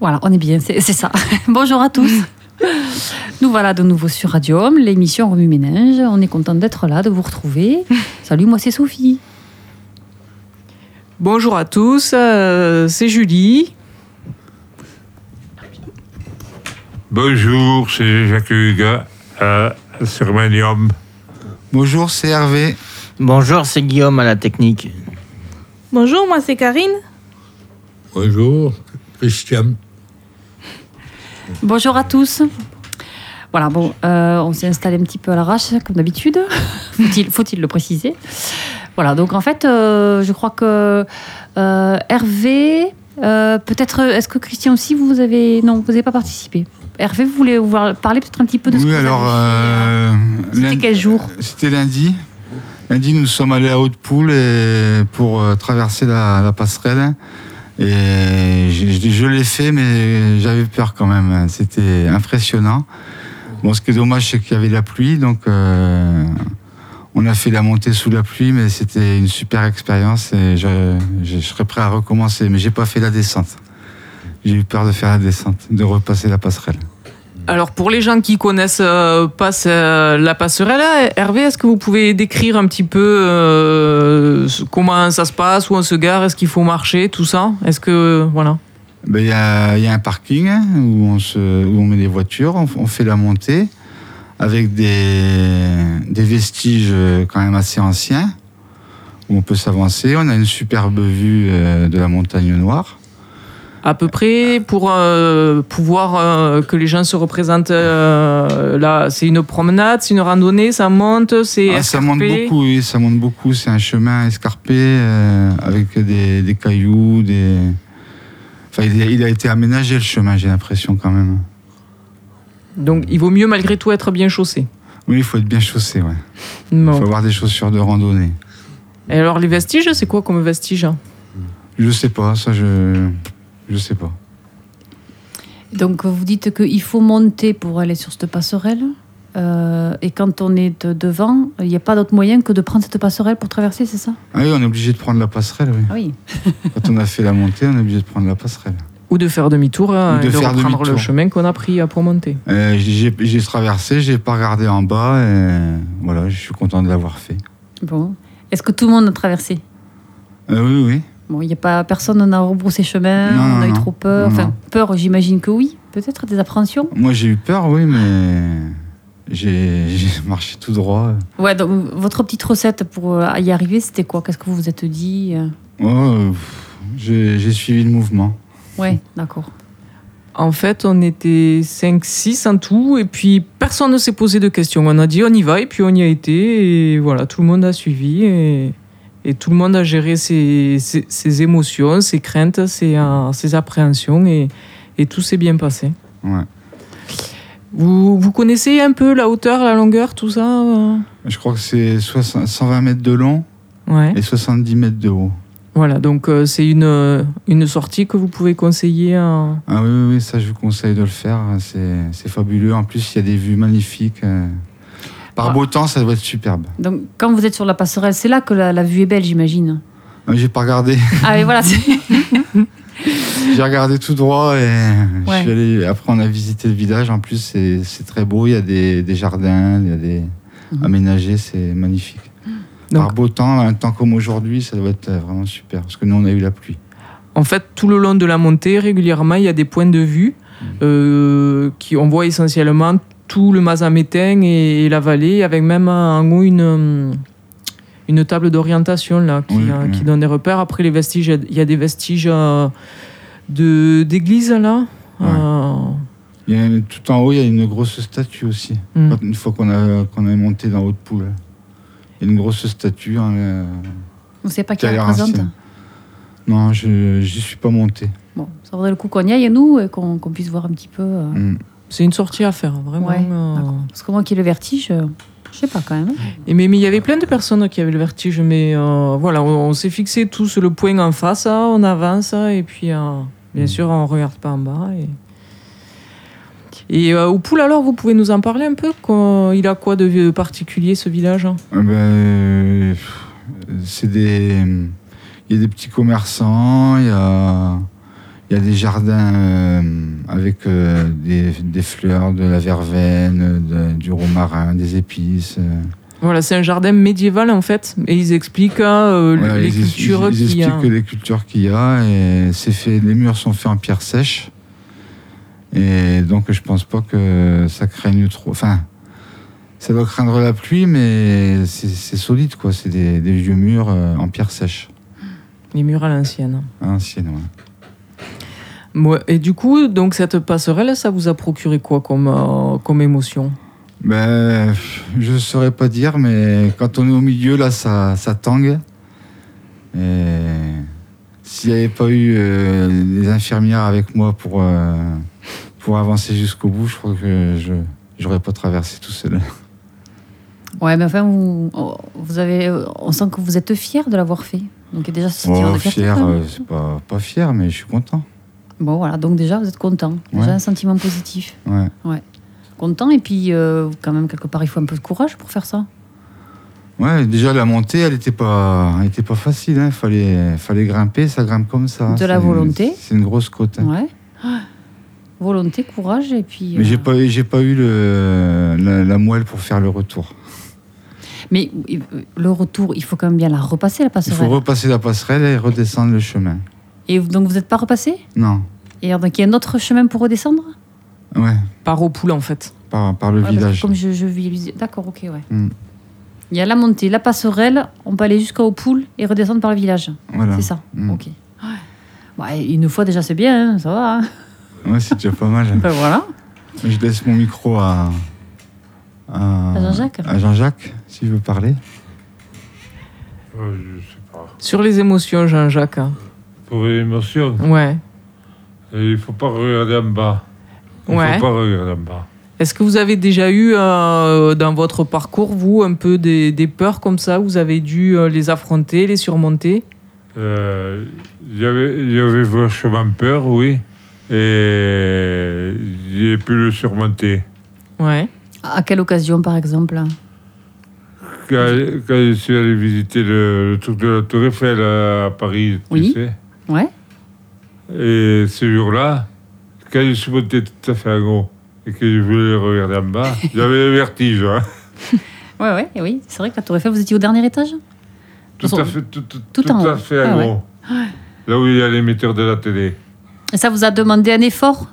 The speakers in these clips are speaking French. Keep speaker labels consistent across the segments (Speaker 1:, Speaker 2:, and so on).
Speaker 1: Voilà, on est bien, c'est c'est ça. Bonjour à tous. Nous voilà de nouveau sur Radium, l'émission Remue Ménage. On est content d'être là, de vous retrouver. Salut, moi c'est Sophie.
Speaker 2: Bonjour à tous, euh, c'est Julie.
Speaker 3: Bonjour, c'est Jacques Hugues euh, sur Manium.
Speaker 4: Bonjour, c'est Hervé.
Speaker 5: Bonjour, c'est Guillaume à la technique.
Speaker 6: Bonjour, moi c'est Karine.
Speaker 7: Bonjour, Christian.
Speaker 1: Bonjour à tous. Voilà, bon, euh, on s'est installé un petit peu à l'arrache, comme d'habitude. Faut-il faut le préciser. Voilà, donc en fait, euh, je crois que euh, Hervé, euh, peut-être, est-ce que Christian aussi, vous avez. Non, vous n'avez pas participé. Hervé, vous voulez vous parler peut-être un petit peu de ce que
Speaker 4: Oui,
Speaker 1: vous
Speaker 4: alors.
Speaker 1: avez
Speaker 4: euh,
Speaker 1: C'était
Speaker 4: lundi-
Speaker 1: quel jour
Speaker 4: C'était lundi. Lundi, nous sommes allés à Haute-Poule et- pour euh, traverser la, la passerelle. Et je, je- je l'ai fait, mais j'avais peur quand même. C'était impressionnant. Bon, ce qui est dommage, c'est qu'il y avait de la pluie, donc euh, on a fait la montée sous la pluie, mais c'était une super expérience et je, je serais prêt à recommencer. Mais j'ai pas fait la descente. J'ai eu peur de faire la descente, de repasser la passerelle.
Speaker 2: Alors pour les gens qui connaissent euh, pas ce- la passerelle, hein, Hervé, est-ce que vous pouvez décrire un petit peu euh, ce- comment ça se passe, où on se gare, est-ce qu'il faut marcher, tout ça Est-ce que voilà
Speaker 4: Ben, Il y, a- il y a un parking hein, où on, se, où on met les voitures, on, f- on fait la montée avec des, des vestiges euh, quand même assez anciens où on peut s'avancer. On a une superbe vue euh, de la montagne noire.
Speaker 2: à peu près pour euh, pouvoir euh, que les gens se représentent euh, là c'est une promenade c'est une randonnée ça monte c'est
Speaker 4: Ah, ça monte
Speaker 2: escarpé.
Speaker 4: beaucoup, oui, ça monte beaucoup. C'est un chemin escarpé euh, avec des, des cailloux, des. Enfin, il, a- il a été aménagé le chemin, j'ai l'impression quand même.
Speaker 2: donc il vaut mieux malgré tout être bien chaussé
Speaker 4: Oui, il faut être bien chaussé, ouais. Il
Speaker 2: Bon.
Speaker 4: faut avoir des chaussures de randonnée.
Speaker 2: et alors les vestiges c'est quoi comme vestiges
Speaker 4: Je sais pas, ça je. Je sais pas.
Speaker 1: fait Donc, vous dites qu'il faut monter pour aller sur cette passerelle. Euh, et quand on est de- devant, il n'y a pas d'autre moyen que de prendre cette passerelle pour traverser, c'est ça
Speaker 4: Ah oui, on est obligé de prendre la passerelle, oui.
Speaker 1: Ah oui.
Speaker 4: Quand on a fait la montée, on est obligé de prendre la passerelle.
Speaker 2: Ou de faire demi-tour hein,
Speaker 4: Ou de
Speaker 2: et de
Speaker 4: faire
Speaker 2: reprendre le
Speaker 4: demi-tour.
Speaker 2: chemin qu'on a pris euh, pour monter.
Speaker 4: Euh, j'ai j'ai traversé, j'ai pas regardé en bas, et voilà, je suis content de l'avoir fait.
Speaker 1: Bon. Est-ce que tout le monde a traversé
Speaker 4: Euh, oui, oui.
Speaker 1: Bon, il n'y a pas personne, on a rebroussé chemin,
Speaker 4: Non,
Speaker 1: on a
Speaker 4: non,
Speaker 1: eu
Speaker 4: non.
Speaker 1: trop peur.
Speaker 4: Non,
Speaker 1: Enfin,
Speaker 4: non.
Speaker 1: peur, j'imagine que oui. Peut-être des appréhensions.
Speaker 4: Moi j'ai eu peur, oui, mais j'ai j'ai marché tout droit.
Speaker 1: Ouais, donc votre petite recette pour euh, y arriver, c'était quoi Qu'est-ce que vous vous êtes dit euh
Speaker 4: Oh, euh, pff, j'ai j'ai suivi le mouvement.
Speaker 1: Ouais, d'accord.
Speaker 2: En fait, on était 5-6 en tout, et puis personne ne s'est posé de questions. On a dit on y va, et puis on y a été, et voilà, tout le monde a suivi, et, et tout le monde a géré ses, ses- ses émotions, ses craintes, ses, euh, ses appréhensions, et, et tout s'est bien passé.
Speaker 4: Ouais.
Speaker 2: Vous, vous connaissez un peu la hauteur, la longueur, tout ça euh
Speaker 4: Je crois que c'est 60 120 mètres de long
Speaker 2: Ouais.
Speaker 4: et 70 mètres de haut.
Speaker 2: Voilà, donc euh, c'est une, euh, une sortie que vous pouvez conseiller. à...
Speaker 4: Ah oui, oui, oui, ça je vous conseille de le faire, c'est c'est fabuleux. En plus, il y a des vues magnifiques. euh. Par
Speaker 1: Ouais.
Speaker 4: beau temps, ça doit être superbe.
Speaker 1: Donc, quand vous êtes sur la passerelle, c'est là que la, la vue est belle, j'imagine.
Speaker 4: Ah, J'ai pas regardé.
Speaker 1: Ah, et voilà. c'est-
Speaker 4: J'ai regardé tout droit et
Speaker 1: Ouais.
Speaker 4: je suis allé. Après, on a visité le village. En plus, c'est c'est très beau. Il y a des, des jardins, il y a des
Speaker 1: Mhm.
Speaker 4: aménagés. C'est magnifique.
Speaker 2: Donc-
Speaker 4: Par beau temps, un temps comme aujourd'hui, ça doit être euh, vraiment super. Parce que nous, on a eu la pluie.
Speaker 2: En fait, tout le long de la montée, régulièrement, il y a des points de vue
Speaker 4: Mm.
Speaker 2: euh, qui on voit essentiellement tout le Mazamétain et, et la vallée, avec même en haut une, euh, une table d'orientation là qui,
Speaker 4: Oui,
Speaker 2: euh,
Speaker 4: oui.
Speaker 2: qui donne des repères. Après les vestiges, il y a des vestiges euh, de d'église là.
Speaker 4: Ouais.
Speaker 2: Euh,
Speaker 4: Il y a une- tout en haut, il y a une grosse statue aussi.
Speaker 1: Mhm.
Speaker 2: mm.
Speaker 4: Quand- Une fois qu'on a qu'on est monté dans Haute-Poule, il y a une grosse statue. hein, euh,
Speaker 1: On ne sait pas
Speaker 4: qui
Speaker 1: qui
Speaker 4: a
Speaker 1: la
Speaker 4: l'air
Speaker 1: représente.
Speaker 4: ancienne. Non, je j'y suis pas monté.
Speaker 1: Bon, ça vaudrait le coup qu'on y aille, nous, et qu'on qu'on puisse voir un petit peu. euh,
Speaker 4: Mm.
Speaker 2: C'est une sortie à faire, vraiment.
Speaker 1: Ouais,
Speaker 2: euh.
Speaker 1: d'accord. Parce que moi qui ai le vertige, euh, je sais pas quand même. hein.
Speaker 2: Et mais mais il y avait plein de personnes qui avaient le vertige, mais euh, voilà, on, on s'est fixé tous le point en face, hein, on avance, hein, et puis euh,
Speaker 4: Mm.
Speaker 2: bien sûr, on regarde pas en bas. Et, et euh, au Poul, alors, vous pouvez nous en parler un peu quoi, Il a quoi de particulier ce village hein
Speaker 4: Ah ben, euh, c'est des. Il y a des petits commerçants, il y a, Il y a des jardins euh, avec euh, des, des fleurs, de la verveine, de- du romarin, des épices. euh.
Speaker 2: Voilà, c'est un jardin médiéval en fait, et ils expliquent euh,
Speaker 4: Voilà,
Speaker 2: les
Speaker 4: ils, ex-
Speaker 2: cultures euh,
Speaker 4: ils
Speaker 2: qu'il y a.
Speaker 4: expliquent les cultures qu'il y a et c'est fait. Les murs sont faits en pierre sèche et donc je pense pas que ça craigne trop. Enfin, ça doit craindre la pluie, mais c'est c'est solide quoi. C'est des, des vieux murs euh, en pierre sèche.
Speaker 2: Les murs à l'ancienne.
Speaker 4: Hein, c'est- ouais.
Speaker 2: Ouais, Et du coup, donc cette passerelle, ça vous a procuré quoi comme, euh, comme émotion
Speaker 4: Ben, je saurais pas dire, mais quand on est au milieu, là, ça, ça tangue. Et s'il n'y avait pas eu euh, les infirmières avec moi pour, euh, pour avancer jusqu'au bout, je crois que je j'aurais pas traversé tout seul. Mm.
Speaker 1: Ouais, mais enfin, vous, oh, vous avez, euh, on sent que vous êtes fier de l'avoir fait. Donc déjà, c'est
Speaker 4: Oh,
Speaker 1: tirant de fierté,
Speaker 4: fier,
Speaker 1: quand même.
Speaker 4: euh, c'est pas, pas fier, mais je suis content.
Speaker 1: Bon, voilà, donc déjà, vous êtes content. Déjà,
Speaker 4: Ouais.
Speaker 1: un sentiment positif.
Speaker 4: Ouais.
Speaker 1: Content, et puis, euh, quand même, quelque part, il faut un peu de courage pour faire ça.
Speaker 4: Ouais, déjà la montée, elle était pas, elle était pas facile. Hein. Fallait, fallait grimper, ça grimpe comme ça. hein.
Speaker 1: De la
Speaker 4: C'est-
Speaker 1: volonté.
Speaker 4: C'est une grosse côte. hein.
Speaker 1: Ouais. Ah. Volonté, courage, et puis.
Speaker 4: Mais j'ai
Speaker 1: euh,
Speaker 4: pas, eu- j'ai pas eu le, la, la moelle pour faire le retour.
Speaker 1: mais, euh, le retour, il faut quand même bien la repasser, la
Speaker 4: Il faut
Speaker 1: passerelle.
Speaker 4: repasser la passerelle et redescendre le chemin.
Speaker 1: Et donc, vous n'êtes pas repassé
Speaker 4: Non,
Speaker 1: Et alors, donc, il y a un autre chemin pour redescendre
Speaker 4: ouais,
Speaker 2: Par au pouls en fait.
Speaker 4: par, par le
Speaker 1: Ouais, parce que
Speaker 4: village.
Speaker 1: Comme je, je visualisais- D'accord, ok, ouais.
Speaker 4: Hmm.
Speaker 1: Il y a la montée, la passerelle, on peut aller jusqu'au poule et redescendre par le village.
Speaker 4: Voilà.
Speaker 1: C'est ça
Speaker 4: Mm.
Speaker 1: Ok. Ouais. Bah, une fois déjà, c'est bien, hein, ça va. hein.
Speaker 4: Ouais, c'est déjà pas mal.
Speaker 1: Ben voilà.
Speaker 4: Je laisse mon micro à. À,
Speaker 1: À Jean-Jacques.
Speaker 4: à Jean-Jacques, s'il veut parler.
Speaker 3: Euh, je sais pas.
Speaker 2: Sur les émotions, Jean-Jacques. hein.
Speaker 3: Pour l'émotion,
Speaker 2: Ouais.
Speaker 3: il ne faut pas regarder en bas. Il ne
Speaker 2: Ouais.
Speaker 3: faut pas regarder en bas.
Speaker 2: Est-ce que vous avez déjà eu euh, dans votre parcours, vous, un peu des, des peurs comme ça Vous avez dû euh, les affronter, les surmonter
Speaker 3: Euh, J'avais j'avais vachement peur, oui. Et j'ai pu le surmonter.
Speaker 2: Ouais.
Speaker 1: À quelle occasion, par exemple hein
Speaker 3: Quand, quand je suis allé visiter le, le truc de la Tour Eiffel à Paris, tu
Speaker 1: Oui.
Speaker 3: sais.
Speaker 1: Ouais.
Speaker 3: Et ce jour-là, quand je suis monté tout à fait en haut et que je voulais regarder en bas, j'avais le vertige. hein.
Speaker 1: Ouais, ouais, et oui. C'est vrai que la Tour Eiffel, vous étiez au dernier étage
Speaker 3: Tout,
Speaker 1: Tout en-
Speaker 3: à fait, tout, tout-
Speaker 1: tout
Speaker 3: tout
Speaker 1: en haut.
Speaker 3: à fait en
Speaker 1: Ah ouais.
Speaker 3: haut. Là où il y a l'émetteur de la télé.
Speaker 1: Et ça vous a demandé un effort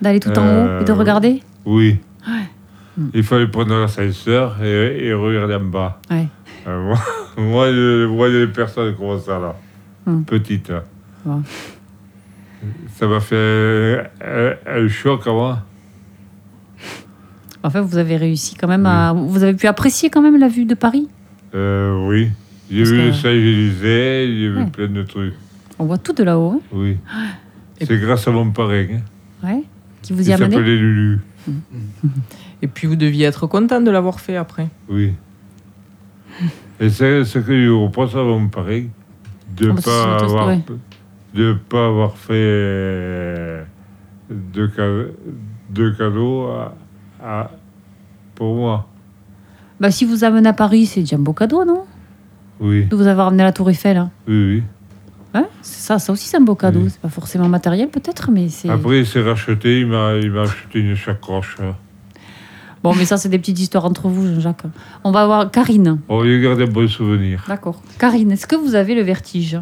Speaker 1: d'aller tout en haut
Speaker 3: Euh,
Speaker 1: et de regarder
Speaker 3: Oui.
Speaker 1: Ah Hmm.
Speaker 3: Il fallait prendre l'ascenseur et, et regarder en bas.
Speaker 1: Ouais.
Speaker 3: Euh, moi, moi, je voyais les personnes comme ça, là.
Speaker 1: Hmm.
Speaker 3: Petites. hein.
Speaker 1: Ouais.
Speaker 3: Ça m'a fait euh, un, un choc hein. à moi.
Speaker 1: Enfin, vous avez réussi quand même à. Vous avez pu apprécier quand même la vue de Paris
Speaker 3: Euh, oui. J'ai
Speaker 2: Parce
Speaker 3: vu
Speaker 2: que-
Speaker 3: le Saint-Élysée, j'ai vu
Speaker 1: Ouais.
Speaker 3: plein de trucs.
Speaker 1: On voit tout de là-haut,
Speaker 3: Oui.
Speaker 2: Et
Speaker 3: C'est grâce à mon parrain. hein.
Speaker 1: hein Ouais. Qui vous y
Speaker 3: Il
Speaker 1: a amené
Speaker 3: s'appelait Lulu.
Speaker 2: Et puis vous deviez être content de l'avoir fait après.
Speaker 3: Oui. Et c'est ce que je reproche à mon parrain, de
Speaker 1: Ah,
Speaker 3: ne
Speaker 1: bah, ça, c'est
Speaker 3: pas,
Speaker 1: notre
Speaker 3: avoir-
Speaker 1: histoire,
Speaker 3: de pas avoir fait euh, de, ca- de cadeaux à- à- pour moi.
Speaker 1: Bah, si vous amenez à Paris, c'est déjà un beau cadeau, non
Speaker 3: Oui,
Speaker 1: De vous avoir amené à la Tour Eiffel. hein.
Speaker 3: oui,
Speaker 1: Hein C'est ça, ça aussi, c'est un beau cadeau.
Speaker 3: Oui. Ah,
Speaker 1: C'est pas forcément matériel, peut-être, mais c'est.
Speaker 3: oui. Après, il s'est racheté, il m'a il m'a acheté une sacoche. hein.
Speaker 1: Bon, mais ça, c'est des petites histoires entre vous, Jean-Jacques. On va voir Karine.
Speaker 3: Bon, Oh, il garde un bon souvenir.
Speaker 1: D'accord. Karine, est-ce que vous avez le vertige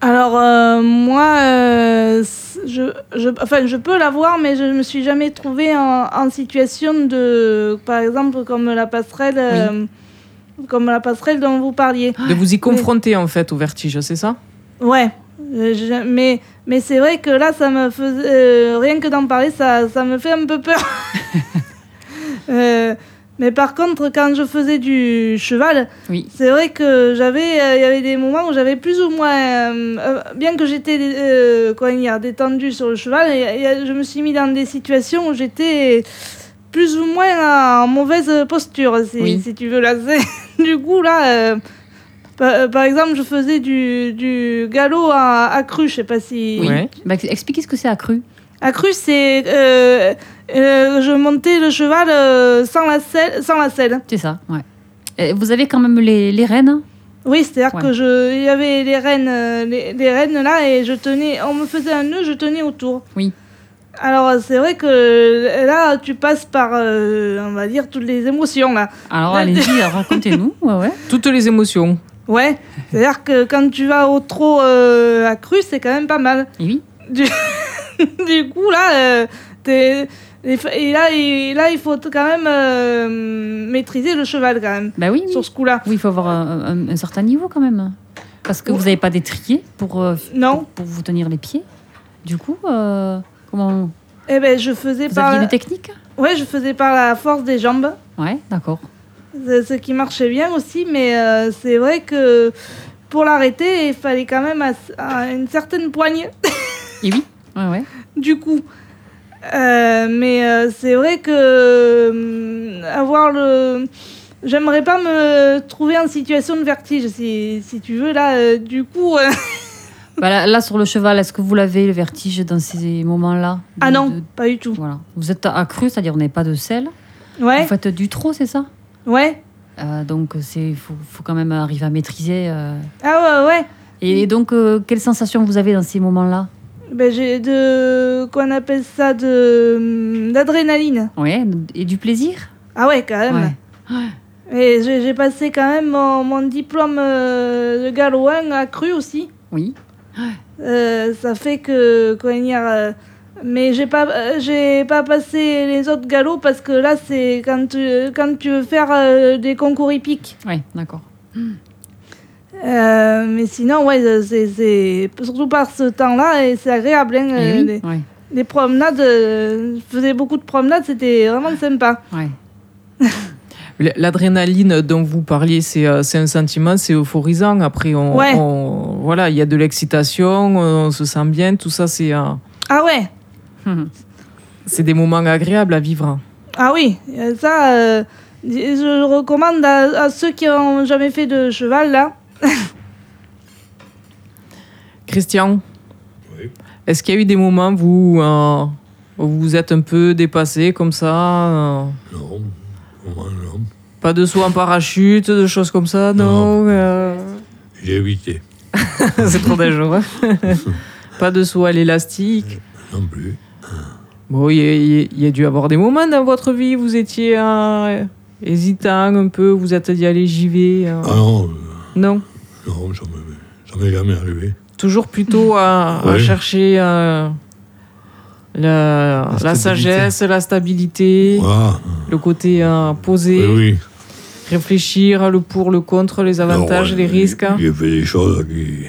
Speaker 6: Alors, euh, moi, euh, c- je, je, enfin, je peux l'avoir, mais je ne me suis jamais trouvée en, en situation de. Par exemple, comme la passerelle. euh, comme la passerelle dont vous parliez.
Speaker 2: De vous y confronter en fait au vertige, c'est ça
Speaker 6: Ouais. euh, je- mais mais c'est vrai que là, ça me faisait. euh, rien que d'en parler, ça, ça me fait un peu peur. Euh, mais par contre, quand je faisais du cheval,
Speaker 1: Oui.
Speaker 6: C'est vrai que j'avais, euh, il y avait des moments où j'avais plus ou moins, euh, euh, bien que j'étais euh, comment dire, détendue sur le cheval, et- et je me suis mis dans des situations où j'étais plus ou moins en mauvaise posture, si,
Speaker 1: Oui.
Speaker 6: si tu veux. Là, C'est- du coup là, euh, par, euh, par exemple, je faisais du, du galop à, à crue, je sais pas si.
Speaker 2: Ouais.
Speaker 1: Bah, expliquez ce que c'est accru.
Speaker 6: À crue, c'est euh, euh, je montais le cheval euh, sans la selle, sans la selle.
Speaker 1: Euh, C'est ça, ouais. Et vous avez quand même les, les rênes
Speaker 6: Oui, c'est-à-dire
Speaker 1: Ouais.
Speaker 6: que je, il y avait les rênes, euh, les, les rênes là, et je tenais, on me faisait un nœud, je tenais autour.
Speaker 1: Oui.
Speaker 6: Alors euh, c'est vrai que là, tu passes par, euh, on va dire, toutes les émotions là.
Speaker 1: Alors allez-y, racontez-nous. Ouais, ouais.
Speaker 2: Toutes les émotions.
Speaker 6: Ouais. C'est-à-dire que quand tu vas au trop euh, accru, c'est quand même pas mal.
Speaker 1: Et oui.
Speaker 6: du coup, là, euh, t'es- et fa- et là, il- là, il faut t- quand même euh, maîtriser le cheval, quand même,
Speaker 1: Bah oui, oui.
Speaker 6: sur ce coup-là.
Speaker 1: Oui, il faut avoir un, un- un certain niveau quand même. Parce que
Speaker 6: Oui.
Speaker 1: vous n'avez pas d'étrier pour, euh,
Speaker 6: Non.
Speaker 1: pour, pour vous tenir les pieds. Du coup, euh, comment
Speaker 6: Eh ben, je faisais,
Speaker 1: Vous
Speaker 6: par
Speaker 1: aviez
Speaker 6: la...
Speaker 1: des techniques
Speaker 6: ouais, je faisais par la force des jambes,
Speaker 1: Ouais, d'accord.
Speaker 6: C'est Euh, ce qui marchait bien aussi, mais euh, c'est vrai que pour l'arrêter, il fallait quand même ass- à une certaine poigne,
Speaker 1: Et oui. Ouais, ouais.
Speaker 6: du coup. Euh, mais euh, c'est vrai que hum, avoir le. J'aimerais pas me trouver en situation de vertige, si, si tu veux. Là, euh, du coup, euh,
Speaker 1: Bah, là, là, sur le cheval, est-ce que vous l'avez le vertige dans ces moments-là De-
Speaker 6: Ah non,
Speaker 1: de-
Speaker 6: pas du tout.
Speaker 1: Voilà. Vous êtes accru, c'est-à-dire on n'est pas de sel.
Speaker 6: Ouais,
Speaker 1: Vous faites du trot, c'est ça
Speaker 6: ouais.
Speaker 1: Euh, Donc c'est faut, faut quand même arriver à maîtriser. euh.
Speaker 6: Ah ouais, ouais.
Speaker 1: Et, et donc euh, quelle sensation vous avez dans ces moments-là
Speaker 6: Ben, j'ai de. Qu'on appelle ça de. hum, d'adrénaline.
Speaker 1: Ouais. Et du plaisir
Speaker 6: Ah ouais, quand même.
Speaker 1: Ouais.
Speaker 6: Et j'ai j'ai passé quand même mon, mon diplôme euh, de galop 1 accru aussi.
Speaker 1: Oui.
Speaker 6: Euh, ça fait que. qu'on y a, euh, mais j'ai pas, euh, j'ai pas passé les autres galops parce que là, c'est quand tu, quand tu veux faire euh, des concours hippiques.
Speaker 1: Ouais, d'accord.
Speaker 6: Euh, mais sinon, ouais, c'est- c'est surtout par ce temps-là et c'est agréable. hein,
Speaker 1: Eh
Speaker 6: euh,
Speaker 1: oui,
Speaker 6: les-
Speaker 1: ouais,
Speaker 6: Les promenades, euh, je faisais beaucoup de promenades, c'était vraiment sympa.
Speaker 1: ouais.
Speaker 2: L- L'adrénaline dont vous parliez, c'est euh, c'est un sentiment, c'est euphorisant. Après, on,
Speaker 6: Ouais.
Speaker 2: on- voilà, il y a de l'excitation, on se sent bien, tout ça, c'est euh,
Speaker 6: Ah ouais,
Speaker 2: c'est des moments agréables à vivre.
Speaker 6: ah oui, euh, ça, euh, je recommande à, à ceux qui n'ont jamais fait de cheval là.
Speaker 2: Christian,
Speaker 7: Oui.
Speaker 2: est-ce qu'il y a eu des moments vous, euh, où vous vous êtes un peu dépassé comme ça euh,
Speaker 7: Non, moi non.
Speaker 2: Pas de saut en parachute, de choses comme ça, non,
Speaker 7: Non.
Speaker 2: euh,
Speaker 7: J'ai évité.
Speaker 2: C'est trop dangereux. Pas de saut à l'élastique.
Speaker 7: Non plus.
Speaker 2: Bon, il y, a- il y a dû avoir des moments dans votre vie, vous étiez euh, hésitant un peu, vous êtes dit allez j'y vais. euh.
Speaker 7: Ah non, euh,
Speaker 2: Non,
Speaker 7: non, ça m'est- ça m'est jamais arrivé.
Speaker 2: toujours plutôt à, à
Speaker 7: Ouais.
Speaker 2: chercher euh, la, la
Speaker 4: stabilité.
Speaker 2: sagesse, la stabilité,
Speaker 7: Voilà.
Speaker 2: le côté euh, posé,
Speaker 7: Ah, Oui, oui.
Speaker 2: réfléchir le pour, le contre, les avantages,
Speaker 7: Non,
Speaker 2: les
Speaker 7: euh,
Speaker 2: risques. hein.
Speaker 7: J'ai fait des choses qui.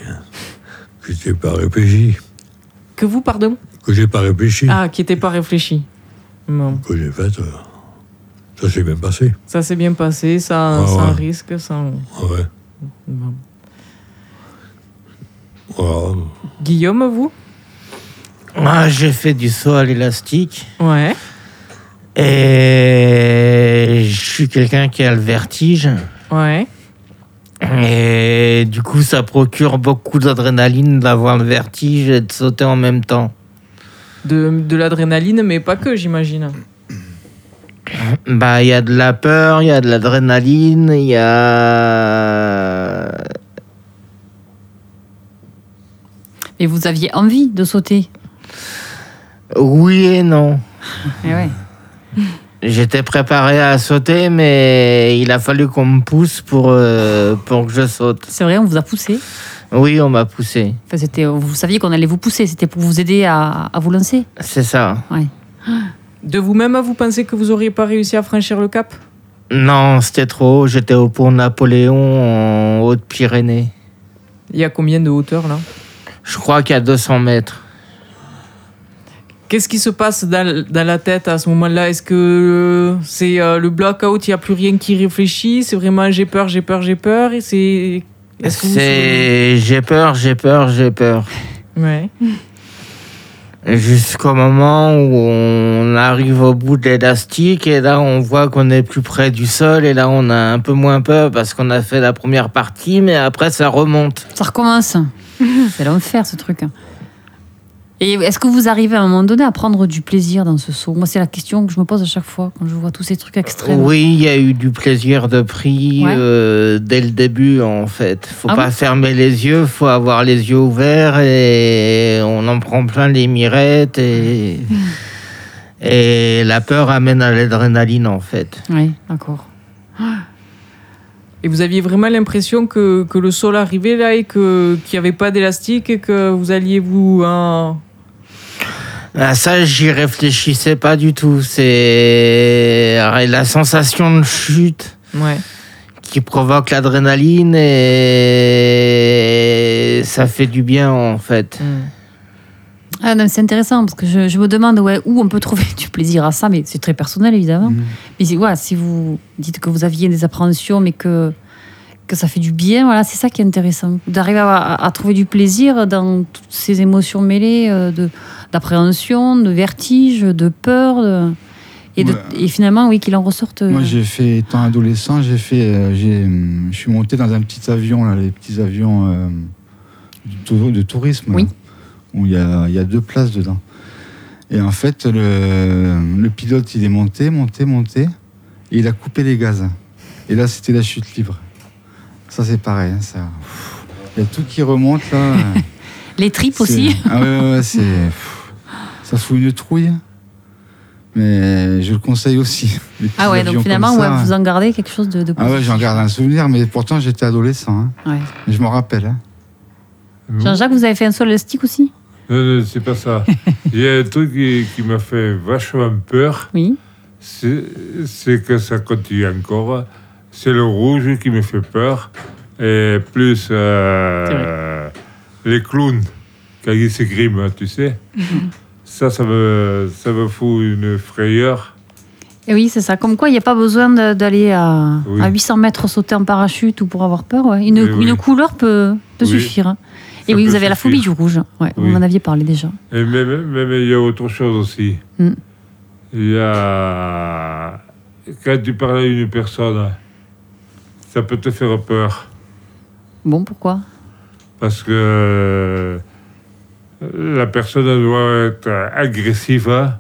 Speaker 7: que j'ai pas réfléchi.
Speaker 2: Que vous, pardon
Speaker 7: Que j'ai pas réfléchi.
Speaker 2: Ah, qui n'était pas réfléchi. Non.
Speaker 7: Que j'ai fait. euh, Ça s'est bien passé.
Speaker 2: Ça s'est bien passé, sans,
Speaker 7: Ouais,
Speaker 2: sans
Speaker 7: ouais.
Speaker 2: risque, sans.
Speaker 7: Ah ouais.
Speaker 2: Bon.
Speaker 7: Voilà.
Speaker 2: Guillaume, vous
Speaker 5: Moi, j'ai fait du saut à l'élastique.
Speaker 2: Ouais.
Speaker 5: Et je suis quelqu'un qui a le vertige.
Speaker 2: Ouais.
Speaker 5: Et du coup, ça procure beaucoup d'adrénaline d'avoir le vertige et de sauter en même temps.
Speaker 2: De, de l'adrénaline, mais pas que, j'imagine.
Speaker 5: Bah, il y a de la peur, il y a de l'adrénaline, il y a.
Speaker 1: Et vous aviez envie de sauter
Speaker 5: Oui et non.
Speaker 1: Eh ouais.
Speaker 5: J'étais préparé à sauter, mais il a fallu qu'on me pousse pour, euh, pour que je saute.
Speaker 1: C'est vrai, on vous a poussé.
Speaker 5: Oui, on m'a poussé.
Speaker 1: Enfin, c'était, vous saviez qu'on allait vous pousser, c'était pour vous aider à, à vous lancer.
Speaker 5: C'est ça.
Speaker 2: De vous-même, vous pensez que vous auriez pas réussi à franchir le cap
Speaker 5: Non, c'était trop haut. J'étais au pont Napoléon en Haute-Pyrénées.
Speaker 2: Il y a combien de hauteur là
Speaker 5: Je crois qu'à 200 mètres.
Speaker 2: Qu'est-ce qui se passe dans, l- dans la tête à ce moment-là Est-ce que euh, c'est euh, le blackout, il n'y a plus rien qui réfléchit C'est vraiment j'ai peur, j'ai peur, j'ai peur Et c'est. Est-ce que vous savez
Speaker 5: C'est j'ai peur, j'ai peur, j'ai peur.
Speaker 2: Ouais.
Speaker 5: Jusqu'au moment où on arrive au bout de l'élastique et là on voit qu'on est plus près du sol et là on a un peu moins peur parce qu'on a fait la première partie mais après ça remonte.
Speaker 1: Ça recommence. C'est l'enfer ce truc. Et est-ce que vous arrivez à un moment donné à prendre du plaisir dans ce saut Moi, c'est la question que je me pose à chaque fois quand je vois tous ces trucs extrêmes.
Speaker 5: Euh, Oui, il y a eu du plaisir de prix
Speaker 1: Ouais.
Speaker 5: euh, dès le début en fait. Faut
Speaker 1: Ah
Speaker 5: pas
Speaker 1: oui
Speaker 5: fermer les yeux, faut avoir les yeux ouverts et on en prend plein les mirettes et et la peur amène à l'adrénaline en fait.
Speaker 1: Oui, d'accord.
Speaker 2: Et vous aviez vraiment l'impression que, que le sol arrivait là et que- qu'il n'y avait pas d'élastique et que vous alliez vous. hein,
Speaker 5: Ah, ça, j'y réfléchissais pas du tout. C'est la sensation de chute.
Speaker 2: Ouais.
Speaker 5: qui provoque l'adrénaline et ça fait du bien en fait.
Speaker 1: Ah, non, mais c'est intéressant parce que je, je me demande ouais, où on peut trouver du plaisir à ça, mais c'est très personnel évidemment.
Speaker 4: Mhm.
Speaker 1: Mais c'est- voilà, si vous dites que vous aviez des appréhensions, mais que, que ça fait du bien, voilà, c'est ça qui est intéressant. D'arriver à, à- à trouver du plaisir dans toutes ces émotions mêlées euh, de- d'appréhension, de, vertige, de peur. de- et, de-
Speaker 4: Ouais.
Speaker 1: et finalement, oui, qu'il en ressorte. euh,
Speaker 4: Moi, j'ai fait, étant adolescent, j'ai fait, euh, j'ai, hum, je suis monté dans un petit avion, là, les petits avions euh, du tou- de tourisme, là,
Speaker 1: Oui.
Speaker 4: où il y a, il y a deux places dedans. Et en fait, le, le pilote, il est monté, monté, monté, et il a coupé les gaz. Et là, c'était la chute libre. Ça, c'est pareil. hein, ça. Pff, Il y a tout qui remonte, là.
Speaker 1: les tripes
Speaker 4: C'est-
Speaker 1: aussi.
Speaker 4: Ah ouais, ouais, ouais, c'est. pff, Ça fout une trouille. Mais je le conseille aussi. les petits
Speaker 1: Ah ouais,
Speaker 4: avions
Speaker 1: donc
Speaker 4: comme
Speaker 1: finalement,
Speaker 4: ça,
Speaker 1: ouais,
Speaker 4: hein.
Speaker 1: vous en gardez quelque chose de, de
Speaker 4: Ah ouais, j'en garde un souvenir, mais pourtant j'étais adolescent. hein.
Speaker 1: Ouais.
Speaker 4: Je m'en rappelle. hein.
Speaker 1: Jean-Jacques, vous avez fait un saut élastique aussi
Speaker 3: Mmh. Non, non, c'est pas ça. Il y a un truc qui, qui m'a fait vachement peur,
Speaker 1: Oui.
Speaker 3: c'est c'est que ça continue encore. C'est le rouge qui me fait peur, et plus euh,
Speaker 1: C'est
Speaker 3: les clowns, quand ils s'égriment, tu sais. ça, ça me, ça me fout une frayeur.
Speaker 1: Et Eh oui, c'est ça. Comme quoi, il n'y a pas besoin de- d'aller à,
Speaker 3: Oui. Eh
Speaker 1: à 800 mètres sauter en parachute ou pour avoir peur. ouais. Une,
Speaker 3: Oui, oui.
Speaker 1: une couleur peut, peut
Speaker 3: Oui.
Speaker 1: suffire. hein. Et
Speaker 3: Ça
Speaker 1: oui,
Speaker 3: peut
Speaker 1: vous avez la
Speaker 3: suffire.
Speaker 1: phobie du rouge. Ouais,
Speaker 3: Oui.
Speaker 1: Vous en aviez parlé déjà.
Speaker 3: Et même, même il y a autre chose aussi.
Speaker 1: Mm.
Speaker 3: Il y a. Quand tu parles à une personne, ça peut te faire peur.
Speaker 1: Bon, pourquoi
Speaker 3: Parce que euh, la personne elle doit être agressive hein,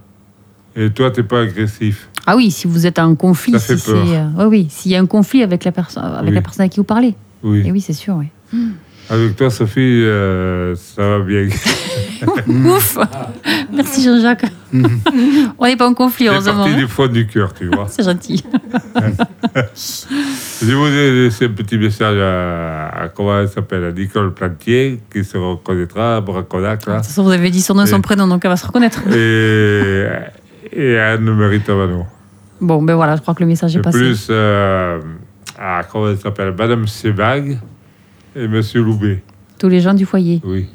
Speaker 3: et toi, t'es pas agressif.
Speaker 1: Ah oui, si vous êtes en conflit.
Speaker 3: Ça fait
Speaker 1: si c'est,
Speaker 3: peur.
Speaker 1: euh, ouais, oui, s'il y a un conflit avec la, personne avec
Speaker 3: Oui.
Speaker 1: la personne à qui vous parlez.
Speaker 3: Oui.
Speaker 1: Et oui, c'est sûr. oui.
Speaker 3: Avec toi, Sophie, euh, ça va bien.
Speaker 1: Ouf
Speaker 3: Mmh.
Speaker 1: Merci Jean-Jacques.
Speaker 4: Mhm.
Speaker 1: on n'est pas en conflit,
Speaker 3: C'est
Speaker 1: heureusement.
Speaker 3: parti
Speaker 1: hein.
Speaker 3: du fond du cœur, tu vois.
Speaker 1: C'est gentil.
Speaker 3: Je voulais laisser un petit message à, à- comment elle s'appelle, à Nicole Plantier, qui se reconnaîtra à Braconac,
Speaker 1: De
Speaker 3: là.
Speaker 1: toute façon, vous avez dit son nom et son
Speaker 3: Et-
Speaker 1: prénom, donc elle va se reconnaître.
Speaker 3: et, et Anne-Marie Tavano.
Speaker 1: Bon, ben voilà, je crois que le message est
Speaker 3: Et
Speaker 1: passé.
Speaker 3: plus euh, à, comment elle s'appelle, Madame Sebag et Monsieur Loubet,
Speaker 1: Tous les gens du foyer.
Speaker 3: oui.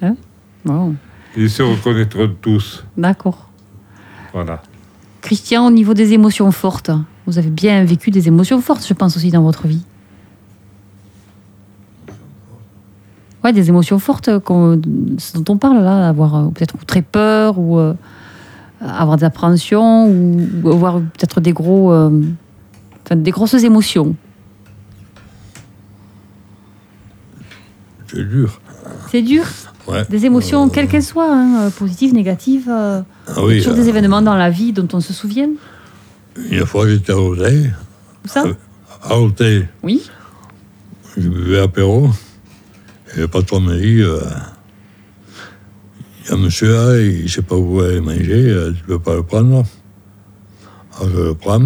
Speaker 1: Bon,
Speaker 3: Ils se reconnaîtront tous.
Speaker 1: d'accord.
Speaker 3: Voilà.
Speaker 1: Christian, au niveau des émotions fortes, vous avez bien vécu des émotions fortes, je pense aussi dans votre vie. Ouais, des émotions fortes qu'on- ce dont on parle là, avoir euh, peut-être très peur ou euh, avoir des appréhensions ou, ou avoir peut-être des gros, euh, enfin, des grosses émotions.
Speaker 7: C'est dur.
Speaker 1: C'est dur.
Speaker 7: Ouais.
Speaker 1: Des émotions, quelles qu'elles soient, hein, euh, positives, négatives, euh,
Speaker 7: Ah oui,
Speaker 1: toujours des événements dans la vie dont on se souvient.
Speaker 7: une fois j'étais à Auteuil,
Speaker 1: tout Ça
Speaker 7: euh, à Auteuil,
Speaker 1: Oui.
Speaker 7: je buvais apéro, et le patron m'a dit, euh, il y a un monsieur là, il ne sait pas où aller manger, euh, tu ne peux pas le prendre. Alors je le prends,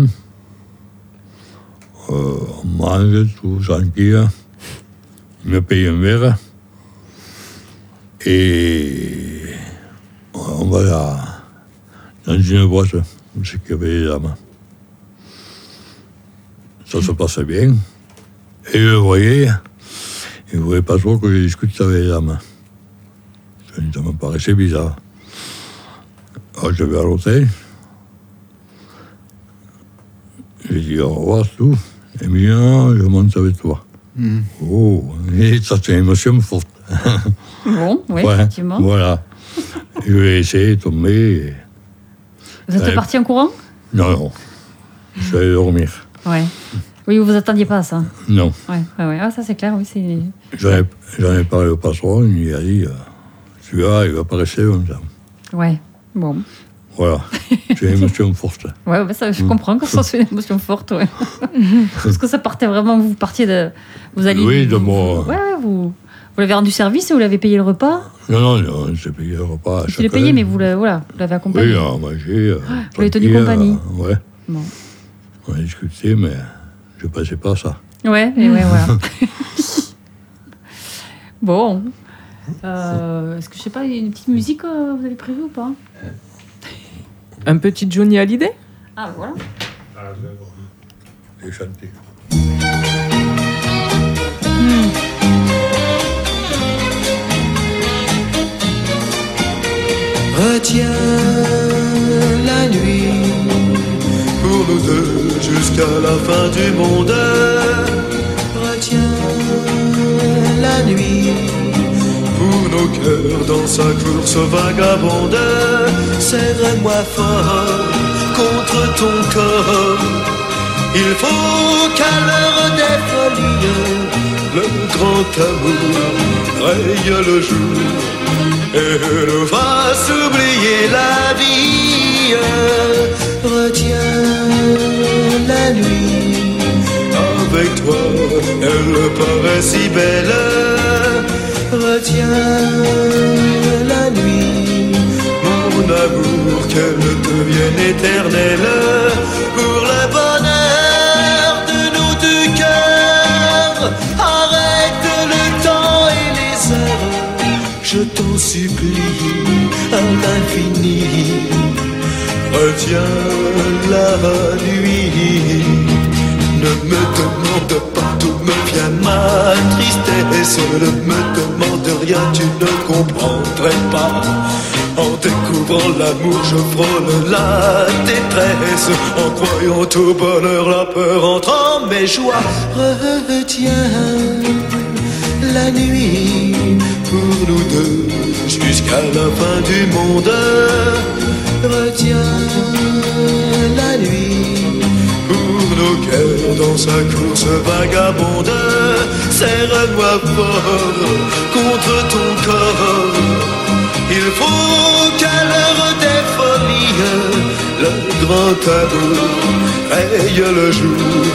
Speaker 7: Euh, on mange, tout tranquille, il me paye un verre, et on va là, dans une boîte, où c'est qu'il y avait des dames. Ça se passait bien. Et je le voyais, il ne voulait pas trop que je discute avec les dames. Ça, ça me paraissait bizarre. Alors je vais à l'hôtel. J'ai dit au revoir, c'est tout. Il me dit non, je monte avec toi.
Speaker 4: Mhm.
Speaker 7: Oh, et ça c'est une émotion forte.
Speaker 1: Bon, oui,
Speaker 7: Ouais,
Speaker 1: effectivement.
Speaker 7: Voilà. je l'ai laissé tomber.
Speaker 1: Vous êtes
Speaker 7: Ouais.
Speaker 1: parti en courant
Speaker 7: Non, non. Je suis allé dormir.
Speaker 1: Ouais. Oui, vous vous attendiez pas à ça.
Speaker 7: Non.
Speaker 1: Ouais, ouais, ouais. Ah, ça c'est clair, oui, c'est.
Speaker 7: J'en ai, j'en ai parlé au patron, il a dit euh, celui-là, il va pas rester longtemps.
Speaker 1: Ouais. Bon.
Speaker 7: Voilà. J'ai une émotion forte.
Speaker 1: Ouais, ouais, ça, je
Speaker 7: Mm.
Speaker 1: comprends que ça soit une émotion forte. Ouais. Parce que ça partait vraiment, vous partiez de. Vous alliez.
Speaker 7: Oui, de
Speaker 1: vous-
Speaker 7: moi.
Speaker 1: Ouais, ouais, vous. Vous l'avez rendu service et vous l'avez payé le repas
Speaker 7: Non, non, non, j'ai payé le repas. à
Speaker 1: Tu l'as
Speaker 7: chacun.
Speaker 1: payé, mais vous l'avez voilà, vous l'avez accompagné.
Speaker 7: Oui, on a mangé. euh,
Speaker 1: vous l'avez tenu
Speaker 7: tranquille,
Speaker 1: compagnie.
Speaker 7: euh, ouais.
Speaker 1: Bon.
Speaker 7: On a discuté, mais je ne passais pas ça.
Speaker 1: Ouais, mais ouais, voilà. bon. Euh, Est-ce que je sais pas, il y a une petite musique euh, vous avez prévue ou pas
Speaker 2: Un petit Johnny Hallyday
Speaker 1: Ah, voilà.
Speaker 7: J'ai chanté.
Speaker 8: Hmm. Retiens la nuit pour nous deux jusqu'à la fin du monde. Retiens la nuit pour nos cœurs dans sa course vagabonde. Serre-moi fort contre ton corps. Il faut qu'à l'heure des folies, le grand amour raye le jour et ne fasse oublier la vie. Retiens la nuit avec toi, elle paraît si belle. Retiens la nuit, mon amour, qu'elle devienne éternelle pour le bonheur de nos deux cœurs. Arrête le temps et les heures, je t'en supplie à l'infini. Retiens la nuit. Ne me demande pas d'où me vient ma tristesse. Ne me demande rien, tu ne comprendrais pas. En découvrant l'amour, je frôle la détresse. En croyant au bonheur, la peur entre en mes joies. Retiens la nuit pour nous deux jusqu'à la fin du monde. Retiens la nuit pour nos cœurs dans sa course vagabonde. Serre-moi fort contre ton corps. Il faut qu'à l'heure des folies, le grand amour raye le jour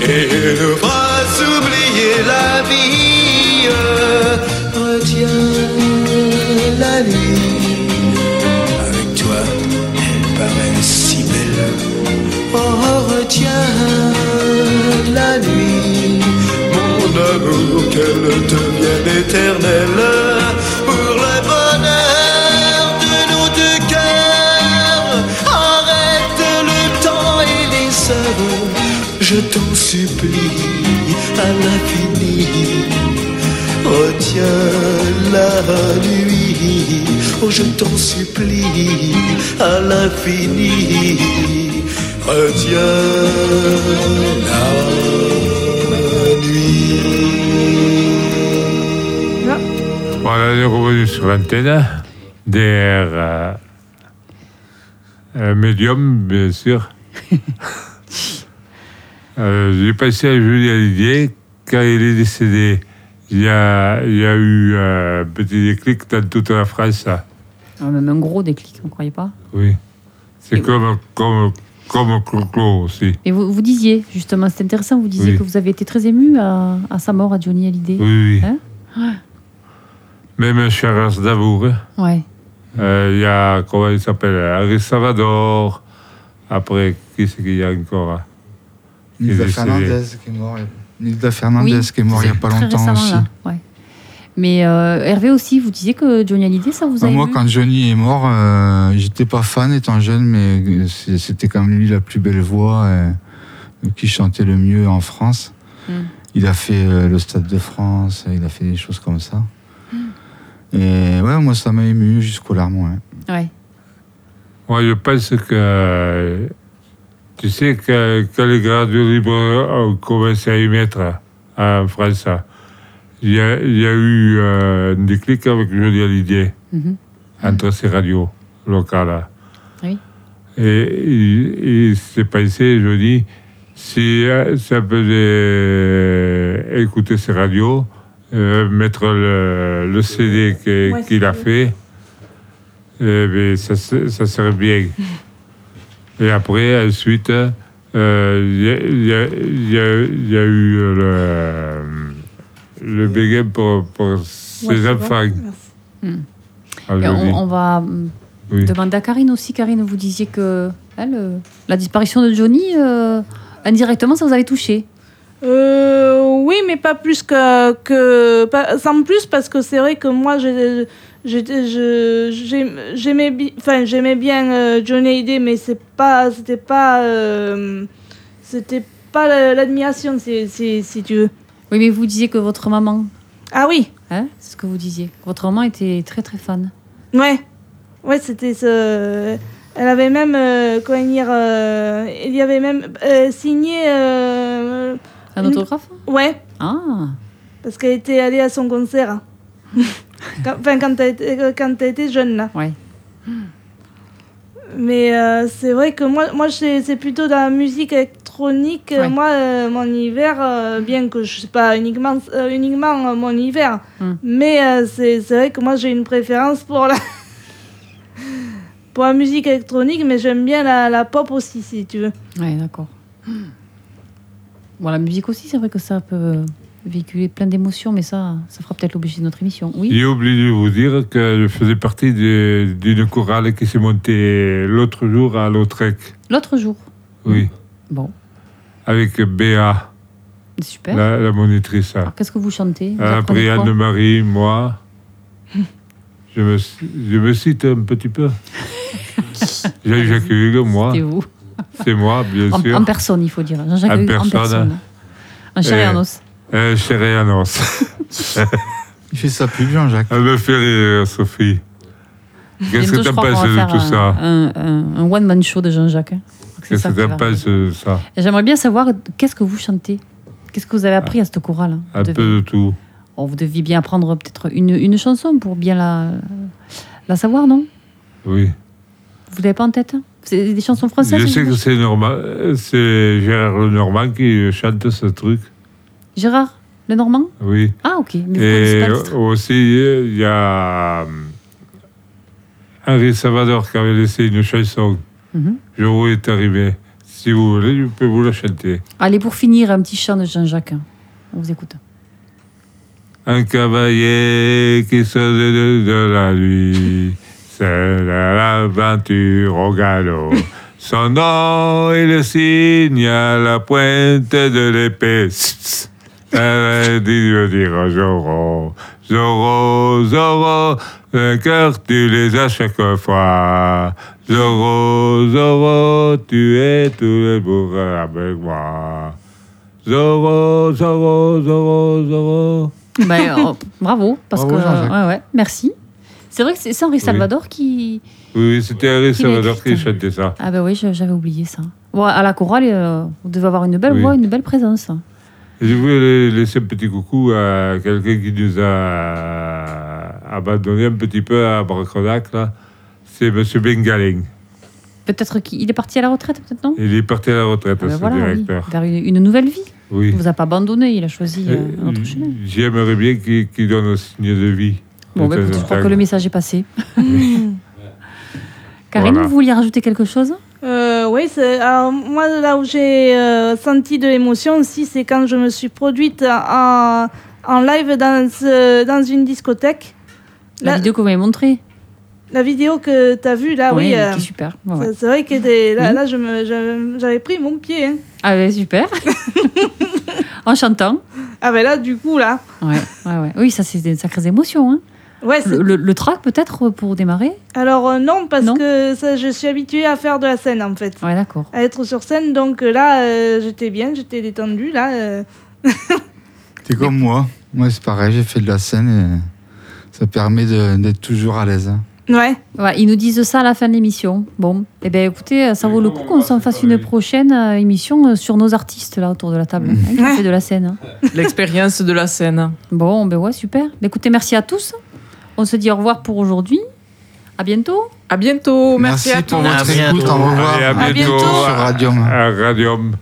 Speaker 8: et ne fasse oublier la vie. Retiens la nuit. Avec toi, elle paraît si belle. Oh, retiens la nuit, mon amour, qu'elle devienne éternelle. Pour le bonheur de nos deux cœurs, arrête le temps et les heures. Je t'en supplie, à l'infini. Retiens la nuit, oh je t'en supplie, à l'infini. Oh Retiens la nuit.
Speaker 3: Bon, là, on est revenu sur l'antenne des euh, euh, médiums, bien sûr. Euh, J'ai pensé à Julien Didier. Quand il est décédé, il y a, il y a eu euh, un petit déclic dans toute la France.
Speaker 1: Ah, Même un gros déclic, vous ne croyez pas
Speaker 3: Oui. C'est
Speaker 1: Et-
Speaker 3: comme, comme, comme Clo-Clo aussi.
Speaker 1: Et vous, vous disiez, justement, c'est intéressant, vous disiez
Speaker 3: Oui.
Speaker 1: que vous avez été très ému à, à sa mort, à Johnny Hallyday.
Speaker 3: Oui, oui.
Speaker 1: Hein
Speaker 3: Même Charles Davour. hein.
Speaker 1: Ouais.
Speaker 3: Euh, Il y a, comment il s'appelle Henri Salvador. Après, qui c'est qu'il y a encore hein
Speaker 4: Nilda
Speaker 3: décédé.
Speaker 4: Fernandez qui est mort. Nilda Fernandez
Speaker 1: Oui,
Speaker 4: qui est mort il n'y a
Speaker 1: c'est
Speaker 4: pas
Speaker 1: très
Speaker 4: longtemps
Speaker 1: récemment,
Speaker 4: aussi. Bah,
Speaker 1: là, ouais. Mais euh, Hervé aussi, vous disiez que Johnny Hallyday, ça vous a
Speaker 4: Bah, moi,
Speaker 1: ému
Speaker 4: quand Johnny est mort, euh, j'étais pas fan étant jeune, mais c'est- c'était quand même lui la plus belle voix euh, qui chantait le mieux en France.
Speaker 1: Mm.
Speaker 4: Il a fait euh, le Stade de France, il a fait des choses comme ça.
Speaker 1: Hmm.
Speaker 4: Et ouais, moi, ça m'a ému jusqu'aux larmes. ouais.
Speaker 1: Ouais.
Speaker 3: Moi, je pense euh, que. Tu sais, que, quand les radios libres ont commencé à émettre hein, en France, il y a, il y a eu euh, un déclic avec Johnny Hallyday
Speaker 1: Mhm.
Speaker 3: entre ces radios locales. hein.
Speaker 1: Oui.
Speaker 3: Et il, il s'est passé, je dis, si euh, ça faisait écouter ces radios, euh, mettre le, le CD que-
Speaker 6: Ouais,
Speaker 3: qu'il a
Speaker 6: c'est
Speaker 3: fait, eh bien, ça, se- ça serait bien. Et après, ensuite, euh, il y, a- il y a- il y a- il y a eu euh, le, le béguin pour, pour
Speaker 6: Ouais,
Speaker 3: ses
Speaker 6: c'est bon.
Speaker 3: enfants.
Speaker 6: Merci.
Speaker 3: Ah,
Speaker 1: Et
Speaker 3: je dis,
Speaker 1: on, on va hum,
Speaker 3: oui.
Speaker 1: demander à Karine aussi. Karine, vous disiez que elle, euh, la disparition de Johnny, euh, indirectement, ça vous avait touché.
Speaker 6: Euh, oui, mais pas plus que, que pas- sans plus parce que c'est vrai que moi j'ai- j'étais- je- j'aim- j'aimais bi- enfin j'aimais bien euh, Johnny Hallyday, mais c'est pas c'était pas euh, c'était pas la- l'admiration si, si, si tu veux.
Speaker 1: Oui, mais vous disiez que votre maman,
Speaker 6: Ah oui,
Speaker 1: hein, c'est ce que vous disiez, que votre maman était très très fan.
Speaker 6: ouais, ouais c'était ce. Elle avait même euh, comment dire, euh, il y avait même euh, signé euh,
Speaker 1: Un
Speaker 6: Une-
Speaker 1: autographe
Speaker 6: ouais
Speaker 1: Ah,
Speaker 6: Parce qu'elle était allée à son concert. Quand- Enfin, quand elle était- euh, quand elle était jeune, là.
Speaker 1: Ouais.
Speaker 6: Mais euh, c'est vrai que moi, moi c'est c'est plutôt dans la musique électronique. euh,
Speaker 1: Ouais.
Speaker 6: Moi, euh, mon hiver, euh, bien que je ne sais pas uniquement, euh, uniquement euh, mon hiver,
Speaker 1: Hmm.
Speaker 6: mais euh, c'est c'est vrai que moi, j'ai une préférence pour la... pour la musique électronique, mais j'aime bien la, la pop aussi, si tu veux.
Speaker 1: ouais, d'accord. Bon, la musique aussi, c'est vrai que ça peut véhiculer plein d'émotions, mais ça, ça fera peut-être l'objet de notre émission. Oui.
Speaker 3: J'ai oublié de vous dire que je faisais partie de- d'une chorale qui s'est montée l'autre jour à Lautrec.
Speaker 1: L'autre jour.
Speaker 3: Oui.
Speaker 1: Mm. Bon,
Speaker 3: Avec Béa,
Speaker 1: super.
Speaker 3: la, la monitrice.
Speaker 1: Alors, qu'est-ce que vous chantez Ah, Vous apprenez
Speaker 3: Après
Speaker 1: quoi
Speaker 3: Anne-Marie, moi, je me, je me cite un petit peu. Jean-Jacques Hugues, moi,
Speaker 1: C'était vous.
Speaker 3: c'est moi, bien
Speaker 1: En,
Speaker 3: sûr.
Speaker 1: en personne, il faut dire. Jean-Jacques
Speaker 3: En
Speaker 1: Hugues, en
Speaker 3: personne.
Speaker 1: personne. En chair et en
Speaker 3: Euh,
Speaker 1: os.
Speaker 3: Euh, chère annonce.
Speaker 4: Il fait sa pub, Jean-Jacques.
Speaker 3: Elle me fait rire, Sophie.
Speaker 1: Bientôt,
Speaker 3: Qu'est-ce que
Speaker 1: je
Speaker 3: t'en
Speaker 1: crois qu'on
Speaker 3: penses
Speaker 1: va faire
Speaker 3: de tout ça
Speaker 1: Un, un- un one-man show de Jean-Jacques. hein. Je crois que c'est
Speaker 3: Qu'est-ce
Speaker 1: ça
Speaker 3: que
Speaker 1: qui
Speaker 3: t'en
Speaker 1: va
Speaker 3: penses de ça
Speaker 1: Et J'aimerais bien savoir qu'est-ce que vous chantez. Qu'est-ce que vous avez appris à cette chorale hein
Speaker 3: Un
Speaker 1: Vous
Speaker 3: peu
Speaker 1: devez-
Speaker 3: de tout.
Speaker 1: oh, vous deviez bien apprendre peut-être une, une chanson pour bien la, la savoir, non
Speaker 3: Oui.
Speaker 1: Vous l'avez pas en tête hein C'est des chansons françaises
Speaker 3: Je sais que
Speaker 1: j'imagine
Speaker 3: c'est Norma- euh, c'est Gérard Lenormand qui chante ce truc.
Speaker 1: Gérard Lenormand
Speaker 3: Oui.
Speaker 1: Ah, ok. Mais vous
Speaker 3: Et
Speaker 1: connaissez pas le titre.
Speaker 3: aussi, euh, il y a euh, Henri Salvador qui avait laissé une chanson.
Speaker 1: Mhm.
Speaker 3: Je vous est arrivé. Si vous voulez, je peux vous la chanter.
Speaker 1: Allez, pour finir, un petit chant de Jean-Jacques. hein. On vous écoute.
Speaker 3: Un cavalier qui se de, de la nuit, c'est l'aventure au galop. Son nom est le signe à la pointe de l'épée. Elle a dit de dire Zorro, Zorro, Zorro, le cœur tu les as chaque fois. Zorro, Zorro, tu es tous les jours avec moi. Zorro, Zorro, Zorro, Zorro.
Speaker 1: Ben, oh, bravo, parce
Speaker 4: Bravo,
Speaker 1: que euh,
Speaker 4: Jean-Jacques.
Speaker 1: ouais, ouais, merci. C'est vrai que c'est c'est Henri Salvador qui.
Speaker 3: Oui, oui, c'était Henri
Speaker 1: Qu'il a
Speaker 3: Salvador
Speaker 1: écrit,
Speaker 3: qui chantait ça.
Speaker 1: Ah ben oui, je- j'avais oublié ça. Bon, à la chorale, euh, vous devez avoir une belle
Speaker 3: Oui.
Speaker 1: voix, une belle présence.
Speaker 3: Je voulais laisser un petit coucou à quelqu'un qui nous a abandonné un petit peu à Braconac, là. C'est M. Bengaling.
Speaker 1: Peut-être qu'il est parti à la retraite, peut-être non
Speaker 3: Il est parti à la retraite,
Speaker 1: Ah ben
Speaker 3: ce
Speaker 1: voilà, oui,
Speaker 3: directeur.
Speaker 1: vers une, une nouvelle vie.
Speaker 3: Oui.
Speaker 1: Il vous a pas abandonné, il a choisi euh, un autre
Speaker 3: Euh,
Speaker 1: chemin.
Speaker 3: J'aimerais bien qu'il qu'il donne un signe de vie.
Speaker 1: Bon,
Speaker 3: De
Speaker 1: ben,
Speaker 3: temps
Speaker 1: écoute,
Speaker 3: en
Speaker 1: je crois
Speaker 3: temps.
Speaker 1: que le message est passé. Karine,
Speaker 3: Voilà.
Speaker 1: vous vouliez rajouter quelque chose
Speaker 6: Euh, oui, c'est- alors moi là où j'ai euh, senti de l'émotion aussi, c'est quand je me suis produite en, en live dans, ce- dans une discothèque.
Speaker 1: La
Speaker 6: Là-
Speaker 1: vidéo que vous m'avez montrée
Speaker 6: La vidéo que tu as vue là, oui.
Speaker 1: elle
Speaker 6: euh,
Speaker 1: était super. Ouais, ouais.
Speaker 6: c'est- C'est vrai que t'es- là,
Speaker 1: Mhm.
Speaker 6: là je me- je- j'avais pris mon pied. hein.
Speaker 1: Ah ben super En chantant.
Speaker 6: Ah ben là, du coup, là.
Speaker 1: Ouais, ouais, ouais. Oui, ça c'est des sacrées émotions. hein.
Speaker 6: Ouais, c'est-
Speaker 1: Le, le- le track peut-être pour démarrer
Speaker 6: alors euh, non, parce
Speaker 1: Non.
Speaker 6: que ça, je suis habituée à faire de la scène en fait.
Speaker 1: Ouais, d'accord.
Speaker 6: À être sur scène, donc euh, là, euh, j'étais bien, j'étais détendue. Là, euh.
Speaker 4: T'es comme moi. Moi, c'est pareil, j'ai fait de la scène et ça permet de- d'être toujours à l'aise. hein.
Speaker 6: Ouais.
Speaker 1: Voilà, ils nous disent ça à la fin de l'émission. Bon, eh bien écoutez, euh, ça
Speaker 3: Et
Speaker 1: vaut le
Speaker 3: comment
Speaker 1: coup
Speaker 3: on
Speaker 1: qu'on
Speaker 3: va
Speaker 1: s'en
Speaker 3: se
Speaker 1: fasse une
Speaker 3: parler
Speaker 1: prochaine euh, émission euh, sur nos artistes là autour de la table, hein, qui ont fait de la scène. hein.
Speaker 2: L'expérience de la scène.
Speaker 1: Bon, ben ouais, super. Ben écoutez, merci à tous. On se dit au revoir pour aujourd'hui. À bientôt.
Speaker 2: À bientôt. Merci, à tous.
Speaker 4: pour votre
Speaker 5: À
Speaker 4: écoute.
Speaker 5: bientôt.
Speaker 4: Au revoir.
Speaker 3: Allez, à bientôt.
Speaker 4: Sur Radium.
Speaker 3: À Radium.